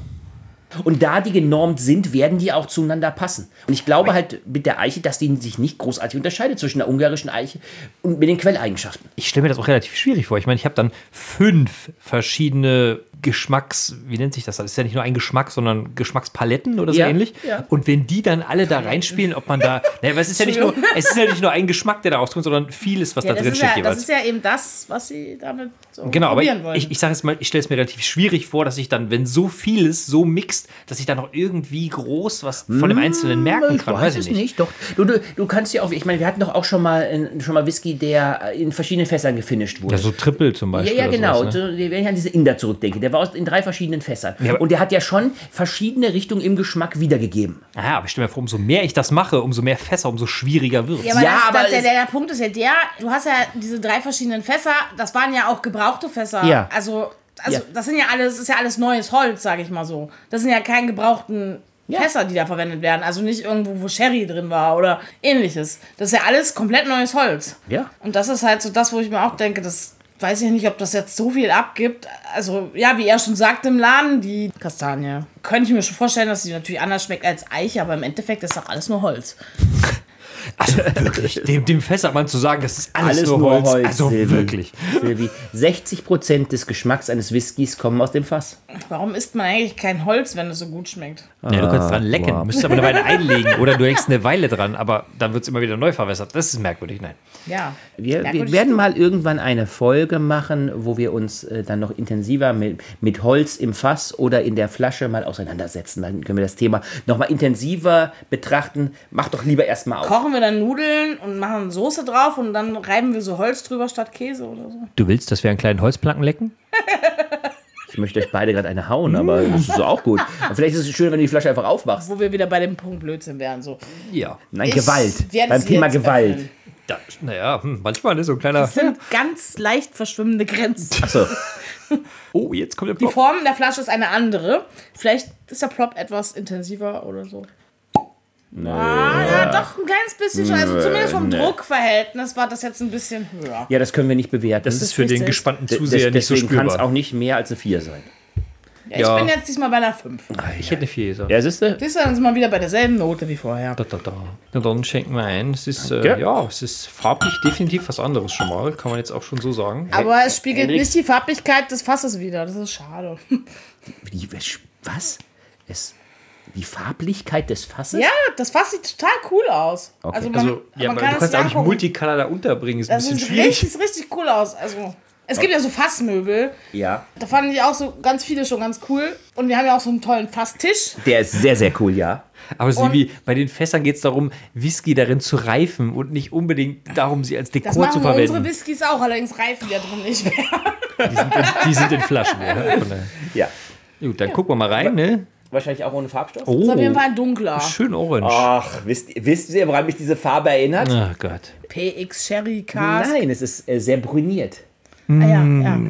[SPEAKER 3] Und da die genormt sind, werden die auch zueinander passen. Und ich glaube halt mit der Eiche, dass die sich nicht großartig unterscheidet zwischen der ungarischen Eiche und mit den Quelleigenschaften.
[SPEAKER 2] Ich stelle mir das auch relativ schwierig vor. Ich meine, ich habe dann fünf verschiedene Geschmacks, wie nennt sich das? Das ist ja nicht nur ein Geschmack, sondern Geschmackspaletten oder so
[SPEAKER 3] Ja,
[SPEAKER 2] ähnlich.
[SPEAKER 3] ja.
[SPEAKER 2] Und wenn die dann alle da reinspielen, ob man da. Naja, aber es ist ja nicht nur, es ist ja nicht nur ein Geschmack, der da rauskommt, sondern vieles, was
[SPEAKER 1] Ja,
[SPEAKER 2] da
[SPEAKER 1] das,
[SPEAKER 2] drin
[SPEAKER 1] ist ja,
[SPEAKER 2] steckt
[SPEAKER 1] das
[SPEAKER 2] jeweils.
[SPEAKER 1] ist ja eben das, was sie damit so
[SPEAKER 2] Genau, aber
[SPEAKER 1] probieren wollen.
[SPEAKER 2] ich, ich sage jetzt mal, ich stelle es mir relativ schwierig vor, dass ich dann, wenn so vieles so mixt, dass ich dann noch irgendwie groß was von
[SPEAKER 1] Hm,
[SPEAKER 2] dem Einzelnen merken
[SPEAKER 3] Ich
[SPEAKER 2] kann.
[SPEAKER 3] weiß es nicht. Doch, du, du, du kannst ja auch, ich meine, wir hatten doch auch schon mal, äh, schon mal Whisky, der äh, in verschiedenen Fässern gefinisht wurde.
[SPEAKER 2] Ja, so Triple zum
[SPEAKER 3] Ja,
[SPEAKER 2] Beispiel.
[SPEAKER 3] ja,
[SPEAKER 2] oder
[SPEAKER 3] genau.
[SPEAKER 2] Sowas, ne?
[SPEAKER 3] So, Wenn ich an diese Inder zurückdenke, der war aus, in drei verschiedenen Fässern.
[SPEAKER 2] aber-
[SPEAKER 3] und der hat ja schon verschiedene Richtungen im Geschmack wiedergegeben.
[SPEAKER 2] Naja, Ah aber ich stelle mir vor, umso mehr ich das mache, umso mehr Fässer, umso schwieriger wird
[SPEAKER 1] ja, aber,
[SPEAKER 3] Ja,
[SPEAKER 1] das,
[SPEAKER 3] aber
[SPEAKER 1] das, der,
[SPEAKER 3] es-
[SPEAKER 1] der Punkt ist ja der, du hast ja diese drei verschiedenen Fässer, das waren ja auch gebrauchte Fässer.
[SPEAKER 3] Ja.
[SPEAKER 1] Also, also
[SPEAKER 3] Ja.
[SPEAKER 1] das sind ja alles, ist ja alles neues Holz, sage ich mal so. Das sind ja keine gebrauchten Fässer, die da verwendet werden. Also nicht irgendwo, wo Sherry drin war oder ähnliches. Das ist ja alles komplett neues Holz.
[SPEAKER 3] Ja.
[SPEAKER 1] Und das ist halt so das, wo ich mir auch denke, das weiß ich nicht, ob das jetzt so viel abgibt. Also, ja, wie er schon sagt im Laden, die Kastanie. Könnte ich mir schon vorstellen, dass die natürlich anders schmeckt als Eiche, aber im Endeffekt ist doch alles nur Holz.
[SPEAKER 2] Dem, dem Fässermann zu sagen, das ist alles,
[SPEAKER 3] Alles
[SPEAKER 2] nur, Holz. also
[SPEAKER 3] Silvi.
[SPEAKER 2] wirklich.
[SPEAKER 3] Silvi, 60% des Geschmacks eines Whiskys kommen aus dem Fass.
[SPEAKER 1] Warum isst man eigentlich kein Holz, wenn es so gut schmeckt?
[SPEAKER 2] Ja, du kannst dran lecken,
[SPEAKER 3] wow.
[SPEAKER 2] müsstest aber eine Weile einlegen oder du hängst eine Weile dran, aber dann wird es immer wieder neu verwässert. Das ist merkwürdig, nein.
[SPEAKER 1] Ja.
[SPEAKER 3] Wir, wir
[SPEAKER 1] Merkwürdig.
[SPEAKER 3] werden mal irgendwann eine Folge machen, wo wir uns äh, dann noch intensiver mit, mit Holz im Fass oder in der Flasche mal auseinandersetzen. Dann können wir das Thema nochmal intensiver betrachten. Mach doch lieber erstmal auf.
[SPEAKER 1] Kochen wir dann Nudeln und machen Soße drauf und dann reiben wir so Holz drüber statt Käse oder so.
[SPEAKER 2] Du willst, dass wir einen kleinen Holzplanken lecken?
[SPEAKER 3] Ich möchte euch beide gerade eine hauen, aber das ist auch gut. Aber vielleicht ist es schön, wenn du die Flasche einfach aufmachst.
[SPEAKER 1] Wo wir wieder bei dem Punkt Blödsinn wären. So.
[SPEAKER 2] Ja.
[SPEAKER 3] Nein,
[SPEAKER 1] Ich
[SPEAKER 3] Gewalt.
[SPEAKER 1] werde
[SPEAKER 3] Beim
[SPEAKER 1] sie
[SPEAKER 3] Thema
[SPEAKER 1] jetzt
[SPEAKER 3] Gewalt.
[SPEAKER 1] öffnen.
[SPEAKER 2] Da, naja, hm, manchmal ist so ein kleiner.
[SPEAKER 1] Das sind ganz leicht verschwimmende Grenzen.
[SPEAKER 3] Achso,
[SPEAKER 2] Oh, jetzt kommt der
[SPEAKER 1] Die
[SPEAKER 2] Plop.
[SPEAKER 1] Form der Flasche ist eine andere. Vielleicht ist der Plop etwas intensiver oder so. Ah, ja, doch, ein kleines bisschen schon. Also zumindest vom Druckverhältnis war das jetzt ein bisschen höher.
[SPEAKER 3] ja, das können wir nicht bewerten.
[SPEAKER 2] Das ist für den
[SPEAKER 1] richtig.
[SPEAKER 2] gespannten
[SPEAKER 3] Des-
[SPEAKER 2] Zuseher nicht so
[SPEAKER 3] deswegen kann es
[SPEAKER 2] spürbar.
[SPEAKER 3] auch nicht mehr als eine 4 sein.
[SPEAKER 1] Ja,
[SPEAKER 2] ja.
[SPEAKER 1] Ich bin jetzt diesmal bei einer 5.
[SPEAKER 2] Ich hätte viel gesagt.
[SPEAKER 3] Ja, siehst du?
[SPEAKER 1] Siehst du, dann sind wir wieder bei derselben Note wie vorher.
[SPEAKER 2] Da, da, da. Na dann schenken wir ein. Es ist, äh,
[SPEAKER 3] Danke.
[SPEAKER 2] ja, es ist farblich definitiv was anderes schon mal. Kann man jetzt auch schon so sagen.
[SPEAKER 1] Aber es spiegelt
[SPEAKER 3] Henrik-
[SPEAKER 1] nicht die Farblichkeit des Fasses wieder. Das ist schade.
[SPEAKER 3] Die, was? Es, die Farblichkeit des Fasses?
[SPEAKER 1] Ja, das Fass sieht total cool aus.
[SPEAKER 3] Okay.
[SPEAKER 1] Also, man,
[SPEAKER 2] Also, ja,
[SPEAKER 1] man
[SPEAKER 2] aber
[SPEAKER 1] kann das
[SPEAKER 2] du kannst auch nicht
[SPEAKER 1] nachgucken.
[SPEAKER 2] Multicolor da unterbringen. Ist ein
[SPEAKER 1] Das
[SPEAKER 2] bisschen
[SPEAKER 1] sieht
[SPEAKER 2] schwierig.
[SPEAKER 1] richtig, richtig cool aus. Also, es gibt ja so Fassmöbel.
[SPEAKER 3] ja.
[SPEAKER 1] Da fanden die auch so ganz viele schon ganz cool. Und wir haben ja auch so einen tollen Fasstisch.
[SPEAKER 3] Der ist sehr, sehr cool, ja.
[SPEAKER 2] Aber
[SPEAKER 1] Und-
[SPEAKER 2] Sibi, bei den Fässern geht es darum, Whisky darin zu reifen und nicht unbedingt darum, sie als
[SPEAKER 1] Das
[SPEAKER 2] Dekor zu
[SPEAKER 1] machen wir unsere
[SPEAKER 2] verwenden.
[SPEAKER 1] Whiskys auch, allerdings reifen die da drin nicht mehr.
[SPEAKER 2] Die sind, in, die sind in Flaschen. Ja. Von daher.
[SPEAKER 3] Ja.
[SPEAKER 2] Gut, dann gucken wir mal rein. Ne?
[SPEAKER 3] Wahrscheinlich auch ohne Farbstoff.
[SPEAKER 1] Das ist
[SPEAKER 2] Oh,
[SPEAKER 1] auf jeden Fall ein dunkler.
[SPEAKER 2] schön orange.
[SPEAKER 4] Ah.
[SPEAKER 3] Ach, wisst, wisst ihr, woran mich diese Farbe erinnert?
[SPEAKER 2] Ach Gott.
[SPEAKER 1] PX Sherry Cast.
[SPEAKER 3] Nein, es ist äh, sehr brüniert.
[SPEAKER 1] Ah, ja, ja.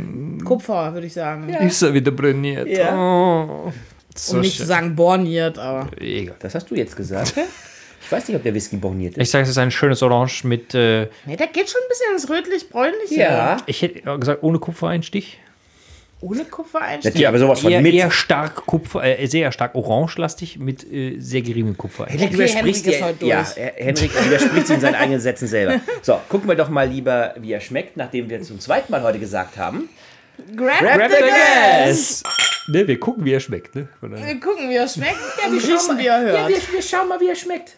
[SPEAKER 1] Kupfer, würde ich sagen.
[SPEAKER 2] Ist er wieder brenniert.
[SPEAKER 3] Ja.
[SPEAKER 2] Oh.
[SPEAKER 1] Um
[SPEAKER 2] So
[SPEAKER 1] nicht zu
[SPEAKER 2] schön.
[SPEAKER 1] sagen borniert, aber.
[SPEAKER 2] Egal.
[SPEAKER 3] Das hast du jetzt gesagt. Ich weiß nicht, ob der Whisky borniert ist.
[SPEAKER 2] Ich sage, es ist ein schönes Orange mit. Äh,
[SPEAKER 1] Nee, der geht schon ein bisschen ins rötlich-bräunliche.
[SPEAKER 2] ich hätte gesagt, ohne Kupfereinstich.
[SPEAKER 1] Ohne Kupfer einstellen.
[SPEAKER 4] Natürlich, aber sowas von
[SPEAKER 2] Eher,
[SPEAKER 4] mit.
[SPEAKER 2] eher stark Kupfer, äh, sehr stark orangelastig mit äh, sehr geringem Kupfer.
[SPEAKER 3] Henrik
[SPEAKER 1] Okay,
[SPEAKER 3] widerspricht
[SPEAKER 1] Henrik ist
[SPEAKER 3] dir-
[SPEAKER 1] heute
[SPEAKER 3] ja,
[SPEAKER 1] durch.
[SPEAKER 3] Hen- Henrik widerspricht sich in seinen eigenen Sätzen selber. So, gucken wir doch mal lieber, wie er schmeckt, nachdem wir zum zweiten Mal heute gesagt haben.
[SPEAKER 1] Grab,
[SPEAKER 3] Grab
[SPEAKER 1] the,
[SPEAKER 3] the
[SPEAKER 1] glass.
[SPEAKER 2] Ne, wir gucken, wie er schmeckt. Ne? Von daher-
[SPEAKER 1] Wir gucken, wie er schmeckt. Ja, wir riechen, wie er hört.
[SPEAKER 3] Ja, wir, wir schauen mal, wie er schmeckt.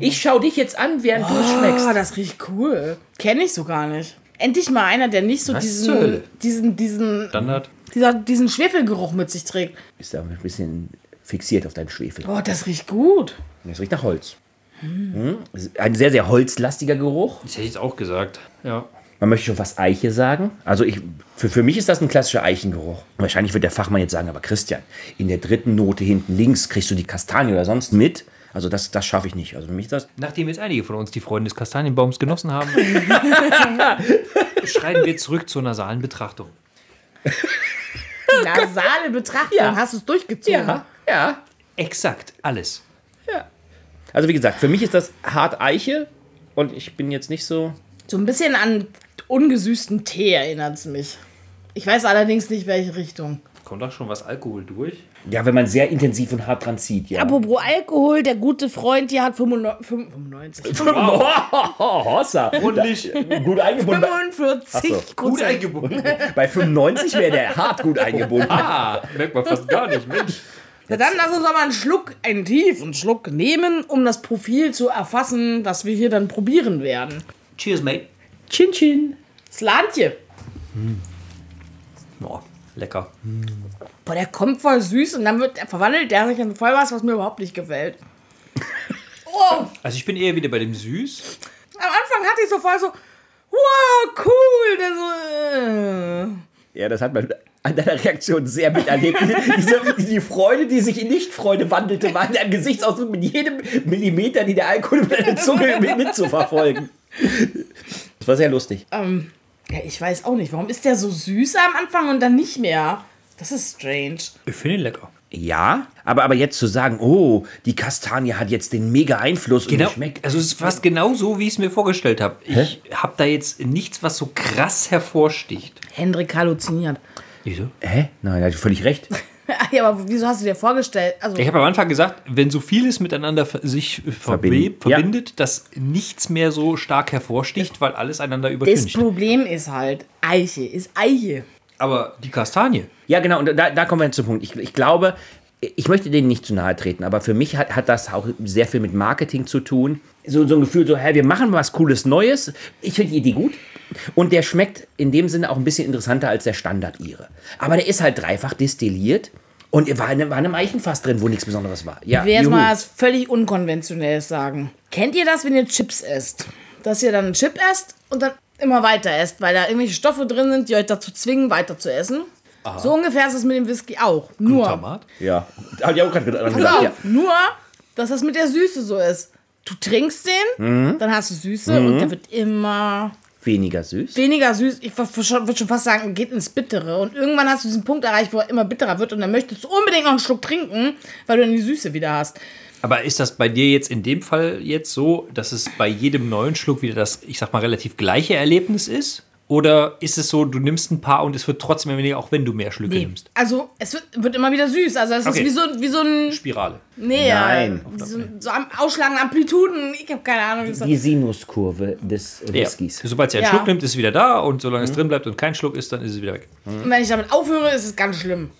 [SPEAKER 3] Ich schau dich jetzt an, während du es schmeckst.
[SPEAKER 1] Ah, das riecht cool. Kenne ich so gar nicht. Endlich mal einer, der nicht so
[SPEAKER 2] Was
[SPEAKER 1] diesen,
[SPEAKER 2] zur Hölle?
[SPEAKER 1] diesen, diesen,
[SPEAKER 2] Standard.
[SPEAKER 1] dieser, diesen Schwefelgeruch mit sich trägt.
[SPEAKER 3] Bist aber ein bisschen fixiert auf deinen Schwefel.
[SPEAKER 1] Oh, das riecht gut.
[SPEAKER 3] Es riecht nach Holz. Hm. Ein sehr, sehr holzlastiger Geruch.
[SPEAKER 2] Das hätte ich jetzt auch gesagt. Ja.
[SPEAKER 3] Man möchte schon fast Eiche sagen. Also ich, für, für mich ist das ein klassischer Eichengeruch. Wahrscheinlich wird der Fachmann jetzt sagen, aber Christian, in der dritten Note hinten links kriegst du die Kastanie oder sonst mit. Also das, das schaffe ich nicht. Also für mich ist das...
[SPEAKER 2] Nachdem jetzt einige von uns die Freunde des Kastanienbaums genossen haben, schreiten wir zurück zur nasalen Betrachtung.
[SPEAKER 1] Nasale Betrachtung.
[SPEAKER 3] Ja.
[SPEAKER 1] Hast du es durchgezogen?
[SPEAKER 3] ja.
[SPEAKER 2] Exakt alles.
[SPEAKER 3] Also wie gesagt, für mich ist das hart Eiche und ich bin jetzt nicht so...
[SPEAKER 1] So ein bisschen an ungesüßten Tee erinnert es mich. Ich weiß allerdings nicht, welche Richtung.
[SPEAKER 2] Kommt doch schon was Alkohol durch?
[SPEAKER 3] Ja, wenn man sehr intensiv und hart dran zieht, ja.
[SPEAKER 1] Apropos Alkohol, der gute Freund hier hat 95, 95,
[SPEAKER 3] Oh, Hossa.
[SPEAKER 2] Und nicht
[SPEAKER 3] Gut eingebunden.
[SPEAKER 1] 45
[SPEAKER 3] Ach so.
[SPEAKER 2] gut
[SPEAKER 1] Prozent.
[SPEAKER 2] eingebunden.
[SPEAKER 3] Bei 95 wäre der hart gut eingebunden.
[SPEAKER 2] Ah, merkt man fast gar nicht, Mensch.
[SPEAKER 1] Na dann lass uns aber einen Schluck, einen tiefen Schluck nehmen, um das Profil zu erfassen, was wir hier dann probieren werden.
[SPEAKER 2] Cheers, mate.
[SPEAKER 3] Chin Chin.
[SPEAKER 1] Slantje.
[SPEAKER 2] Boah, lecker.
[SPEAKER 1] Boah, der kommt voll süß und dann wird, verwandelt der sich in voll was, was mir überhaupt nicht gefällt. Oh,
[SPEAKER 2] Also ich bin eher wieder bei dem Süß.
[SPEAKER 1] am Anfang hatte ich so voll so, wow, cool. Der so, äh.
[SPEAKER 3] Ja, das hat man an deiner Reaktion sehr miterlebt. Diese, die Freude, die sich in Nicht-Freude wandelte, war in deinem Gesichtsausdruck mit jedem Millimeter, die der Alkohol mit deiner Zunge mit- mitzuverfolgen. Das war sehr lustig.
[SPEAKER 1] Ähm, ja, ich weiß auch nicht, warum ist der so süß am Anfang und dann nicht mehr? Das ist strange.
[SPEAKER 2] Ich finde ihn lecker.
[SPEAKER 3] Ja, aber, aber jetzt zu sagen, oh, die Kastanie hat jetzt den mega Einfluss
[SPEAKER 2] Genau,
[SPEAKER 3] und die schmeckt.
[SPEAKER 2] also es ist fast genau so, wie ich es mir vorgestellt habe. Ich habe da jetzt nichts, was so krass hervorsticht.
[SPEAKER 1] Hendrik halluziniert.
[SPEAKER 2] Wieso?
[SPEAKER 3] Hä? Nein, da hat völlig recht.
[SPEAKER 1] ja, aber wieso hast du dir vorgestellt? Also,
[SPEAKER 2] Ich habe am Anfang gesagt, wenn so vieles miteinander ver- sich äh, verwebt,
[SPEAKER 3] Verbinden. Ja.
[SPEAKER 2] verbindet, dass nichts mehr so stark hervorsticht, weil alles einander
[SPEAKER 1] das
[SPEAKER 2] übertüncht.
[SPEAKER 1] Problem ist halt, Eiche ist Eiche.
[SPEAKER 2] Aber die Kastanie,
[SPEAKER 3] Ja, genau, und da, da kommen wir zum Punkt. Ich, ich glaube, ich möchte denen nicht zu nahe treten, aber für mich hat, hat das auch sehr viel mit Marketing zu tun. So, so ein Gefühl, so, hä, wir machen was Cooles Neues. Ich finde die Idee gut. Und der schmeckt in dem Sinne auch ein bisschen interessanter als der Standard-Ire. Aber der ist halt dreifach destilliert und er war in, einem- war in einem Eichenfass drin, wo nichts Besonderes war. Ja,
[SPEAKER 1] Ich will jetzt
[SPEAKER 3] juhu.
[SPEAKER 1] mal was völlig Unkonventionelles sagen. Kennt ihr das, wenn ihr Chips esst? Dass ihr dann einen Chip esst und dann immer weiter esst, weil da irgendwelche Stoffe drin sind, die euch dazu zwingen, weiter zu essen? So ungefähr ist es mit dem Whisky auch. Nur,
[SPEAKER 2] Tamat.
[SPEAKER 3] Ja, hab ich auch gerade dran
[SPEAKER 1] pass
[SPEAKER 3] gedacht.
[SPEAKER 1] auf,
[SPEAKER 3] Ja.
[SPEAKER 1] nur, dass das mit der Süße so ist. Du trinkst den,
[SPEAKER 2] Mhm.
[SPEAKER 1] dann hast du Süße und der wird immer
[SPEAKER 3] Weniger süß.
[SPEAKER 1] weniger süß. Ich würde schon fast sagen, geht ins Bittere. Und irgendwann hast du diesen Punkt erreicht, wo er immer bitterer wird und dann möchtest du unbedingt noch einen Schluck trinken, weil du dann die Süße wieder hast.
[SPEAKER 2] Aber ist das bei dir jetzt in dem Fall jetzt so, dass es bei jedem neuen Schluck wieder das, ich sag mal, relativ gleiche Erlebnis ist? Oder ist es so, du nimmst ein paar und es wird trotzdem immer weniger, auch wenn du mehr Schlücke nimmst?
[SPEAKER 1] Also, es wird, wird immer wieder süß. Also, es
[SPEAKER 2] Okay.
[SPEAKER 1] ist wie so, wie so ein.
[SPEAKER 2] Spirale.
[SPEAKER 1] Nee,
[SPEAKER 3] Nein.
[SPEAKER 1] äh, wie so, so am Ausschlagen Amplituden. Ich habe keine Ahnung, wie es
[SPEAKER 3] Die Sinuskurve des
[SPEAKER 2] Ja.
[SPEAKER 3] Whiskys.
[SPEAKER 2] Sobald sie einen
[SPEAKER 1] Ja.
[SPEAKER 2] Schluck nimmt, ist es wieder da und solange es drin bleibt und kein Schluck ist, dann ist es wieder weg.
[SPEAKER 1] Und wenn ich damit aufhöre, ist es ganz schlimm.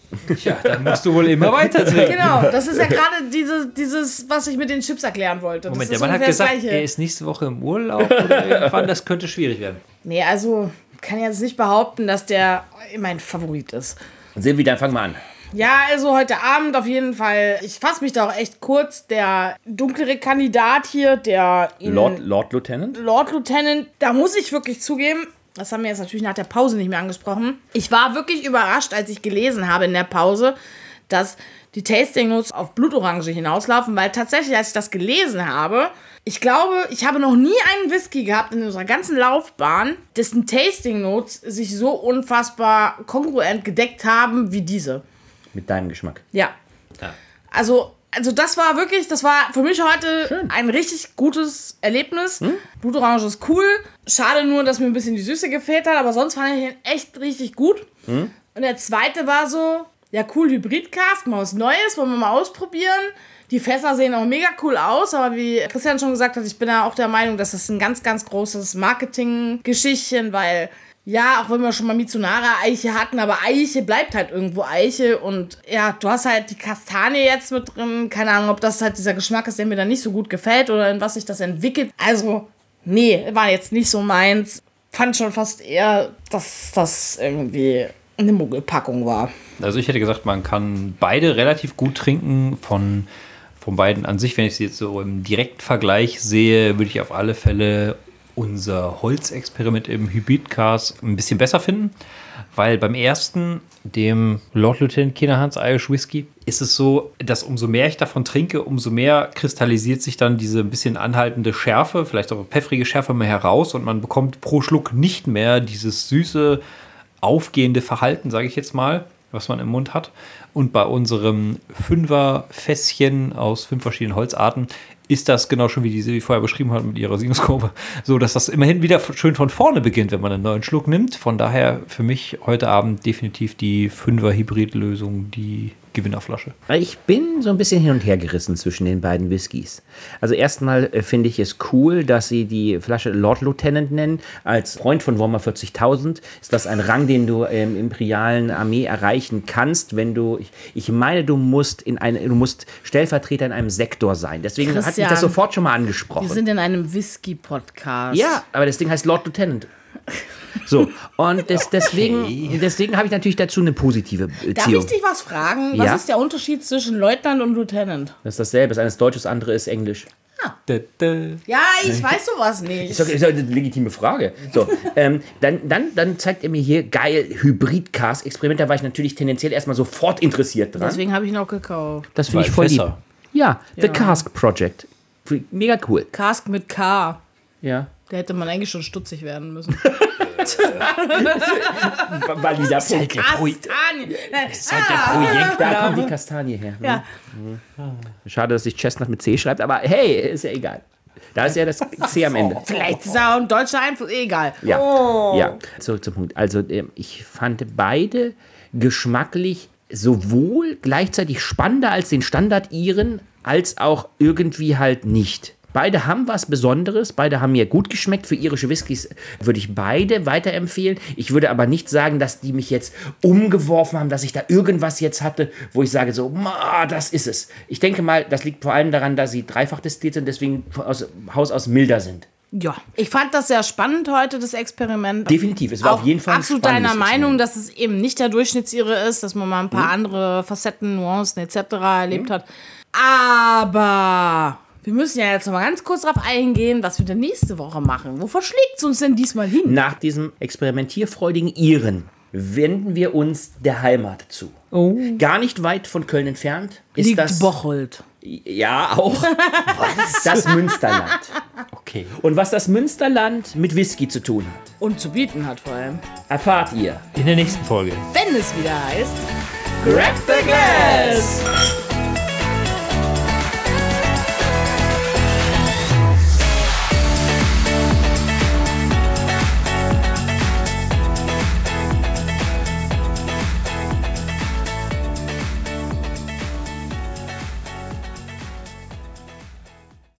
[SPEAKER 2] Ja, dann musst du wohl immer weiter trinken.
[SPEAKER 1] Genau, das ist ja gerade dieses, dieses, was ich mit den Chips erklären wollte.
[SPEAKER 2] Moment,
[SPEAKER 1] das
[SPEAKER 2] der
[SPEAKER 1] ist
[SPEAKER 2] Mann hat
[SPEAKER 1] ungefähr das
[SPEAKER 2] gesagt, äh,
[SPEAKER 1] Gleiche.
[SPEAKER 2] er ist nächste Woche im Urlaub oder irgendwann, das könnte schwierig werden.
[SPEAKER 1] Nee, also, kann jetzt nicht behaupten, dass der mein Favorit ist.
[SPEAKER 3] Silvi, dann fang mal an.
[SPEAKER 1] Ja, also heute Abend auf jeden Fall. Ich fasse mich da auch echt kurz. Der dunklere Kandidat hier, der Ihnen-
[SPEAKER 3] Lord, Lord Lieutenant?
[SPEAKER 1] Lord Lieutenant, da muss ich wirklich zugeben, das haben wir jetzt natürlich nach der Pause nicht mehr angesprochen. Ich war wirklich überrascht, als ich gelesen habe in der Pause, dass die Tasting Notes auf Blutorange hinauslaufen, weil tatsächlich, als ich das gelesen habe, ich glaube, ich habe noch nie einen Whisky gehabt in unserer ganzen Laufbahn, dessen Tasting Notes sich so unfassbar kongruent gedeckt haben wie diese.
[SPEAKER 3] Mit deinem Geschmack.
[SPEAKER 1] Ja. Also, also das war wirklich, das war für mich heute ein richtig gutes Erlebnis. Blutorange ist cool. Schade nur, dass mir ein bisschen die Süße gefehlt hat, aber sonst fand ich ihn echt richtig gut. Und der zweite war so, ja cool, Hybridcast, mal was Neues, wollen wir mal ausprobieren. Die Fässer sehen auch mega cool aus, aber wie Christian schon gesagt hat, ich bin da auch der Meinung, dass das ein ganz, ganz großes Marketing-Geschichtchen, weil ja, auch wenn wir schon mal Mizunara-Eiche hatten, aber Eiche bleibt halt irgendwo Eiche und ja, du hast halt die Kastanie jetzt mit drin. Keine Ahnung, ob das halt dieser Geschmack ist, der mir dann nicht so gut gefällt oder in was sich das entwickelt. Also, nee, war jetzt nicht so meins. Fand schon fast eher, dass das irgendwie eine Muggelpackung war.
[SPEAKER 2] Also ich hätte gesagt, man kann beide relativ gut trinken von, von beiden an sich. Wenn ich sie jetzt so im Direktvergleich sehe, würde ich auf alle Fälle unser Holzexperiment im Hybridcast ein bisschen besser finden. Weil beim ersten, dem Lord Lieutenant Kinahans Irish Whiskey, ist es so, dass umso mehr ich davon trinke, umso mehr kristallisiert sich dann diese ein bisschen anhaltende Schärfe, vielleicht auch pfeffrige Schärfe mehr heraus und man bekommt pro Schluck nicht mehr dieses süße, aufgehende Verhalten, sage ich jetzt mal, was man im Mund hat. Und bei unserem Fünferfässchen aus fünf verschiedenen Holzarten ist das genau schon, wie die Silvi vorher beschrieben hat mit ihrer Sinuskurve, so dass das immerhin wieder f- schön von vorne beginnt, wenn man einen neuen Schluck nimmt. Von daher für mich heute Abend definitiv die Fünfer-Hybrid-Lösung, die Gewinnerflasche.
[SPEAKER 3] Ich bin so ein bisschen hin und her gerissen zwischen den beiden Whiskys. Also erstmal äh, finde ich es cool, dass sie die Flasche Lord Lieutenant nennen. Als Freund von Warhammer 40.000 ist das ein Rang, den du ähm, im imperialen Armee erreichen kannst, wenn du, ich, ich meine, du musst in eine, du musst Stellvertreter in einem Sektor sein. Deswegen hat mich
[SPEAKER 1] Christian,
[SPEAKER 3] das sofort schon mal
[SPEAKER 1] Wir
[SPEAKER 3] angesprochen.
[SPEAKER 1] sind in einem Whisky-Podcast.
[SPEAKER 3] Ja, aber das Ding heißt Lord Lieutenant. So, und des, deswegen, deswegen habe ich natürlich dazu eine positive äh, Beziehung.
[SPEAKER 1] Darf ich dich was fragen? Was
[SPEAKER 3] Ja.
[SPEAKER 1] ist der Unterschied zwischen Leutnant und Lieutenant?
[SPEAKER 3] Das ist dasselbe, das eine ist Deutsch, das andere ist Englisch.
[SPEAKER 1] Ja, ich weiß sowas nicht.
[SPEAKER 3] Ist doch, ist doch eine legitime Frage. So, ähm, dann, dann, dann zeigt er mir hier geil Hybrid-Cars-Experiment. Da war ich natürlich tendenziell erstmal sofort interessiert dran.
[SPEAKER 1] Deswegen habe ich ihn auch gekauft.
[SPEAKER 3] das finde ich voll lieb. Ja, The Cask Project. Mega cool.
[SPEAKER 1] Cask mit K.
[SPEAKER 3] Ja.
[SPEAKER 1] Da hätte man eigentlich schon stutzig werden müssen.
[SPEAKER 4] Weil dieser
[SPEAKER 3] halt
[SPEAKER 4] Punkt.
[SPEAKER 2] Der Pro-
[SPEAKER 1] Kastanien. Nein,
[SPEAKER 3] Da kommt
[SPEAKER 2] Projektname.
[SPEAKER 3] die Kastanie her. ne? Mhm.
[SPEAKER 1] Ja.
[SPEAKER 3] Schade, dass sich Chestnut mit C schreibt, aber hey, ist ja egal. Da ist ja das C am Ende.
[SPEAKER 1] Vielleicht ist er auch ein deutscher Einfluss, eh egal.
[SPEAKER 3] Ja,
[SPEAKER 1] Oh.
[SPEAKER 3] ja. zurück zum Punkt. Also ähm, ich fand beide geschmacklich sowohl gleichzeitig spannender als den Standard ihren, als auch irgendwie halt nicht. Beide haben was Besonderes, beide haben mir gut geschmeckt. Für irische Whiskys würde ich beide weiterempfehlen. Ich würde aber nicht sagen, dass die mich jetzt umgeworfen haben, dass ich da irgendwas jetzt hatte, wo ich sage so, "Ma, das ist es. Ich denke mal, das liegt vor allem daran, dass sie dreifach destilliert sind, deswegen aus, Haus aus milder sind.
[SPEAKER 1] Ja, ich fand das sehr spannend heute, das Experiment.
[SPEAKER 3] Definitiv, es war auf jeden Fall ein
[SPEAKER 1] absolut
[SPEAKER 3] spannendes
[SPEAKER 1] deiner Meinung, dass es eben nicht der Durchschnittsire ist, dass man mal ein paar andere Facetten, Nuancen etc. erlebt hat. Aber wir müssen ja jetzt noch mal ganz kurz darauf eingehen, was wir denn nächste Woche machen. Wo verschlägt es uns denn diesmal hin?
[SPEAKER 3] Nach diesem experimentierfreudigen Iren wenden wir uns der Heimat zu. Gar nicht weit von Köln entfernt ist
[SPEAKER 1] Oh. Liegt
[SPEAKER 3] das
[SPEAKER 1] Bocholt.
[SPEAKER 3] ja auch das Münsterland.
[SPEAKER 2] Okay.
[SPEAKER 3] Und was das Münsterland mit Whisky zu tun hat,
[SPEAKER 1] Und zu bieten hat vor allem.
[SPEAKER 3] erfahrt ihr.
[SPEAKER 2] In der nächsten Folge.
[SPEAKER 1] Wenn es wieder heißt.
[SPEAKER 3] Grab the glass.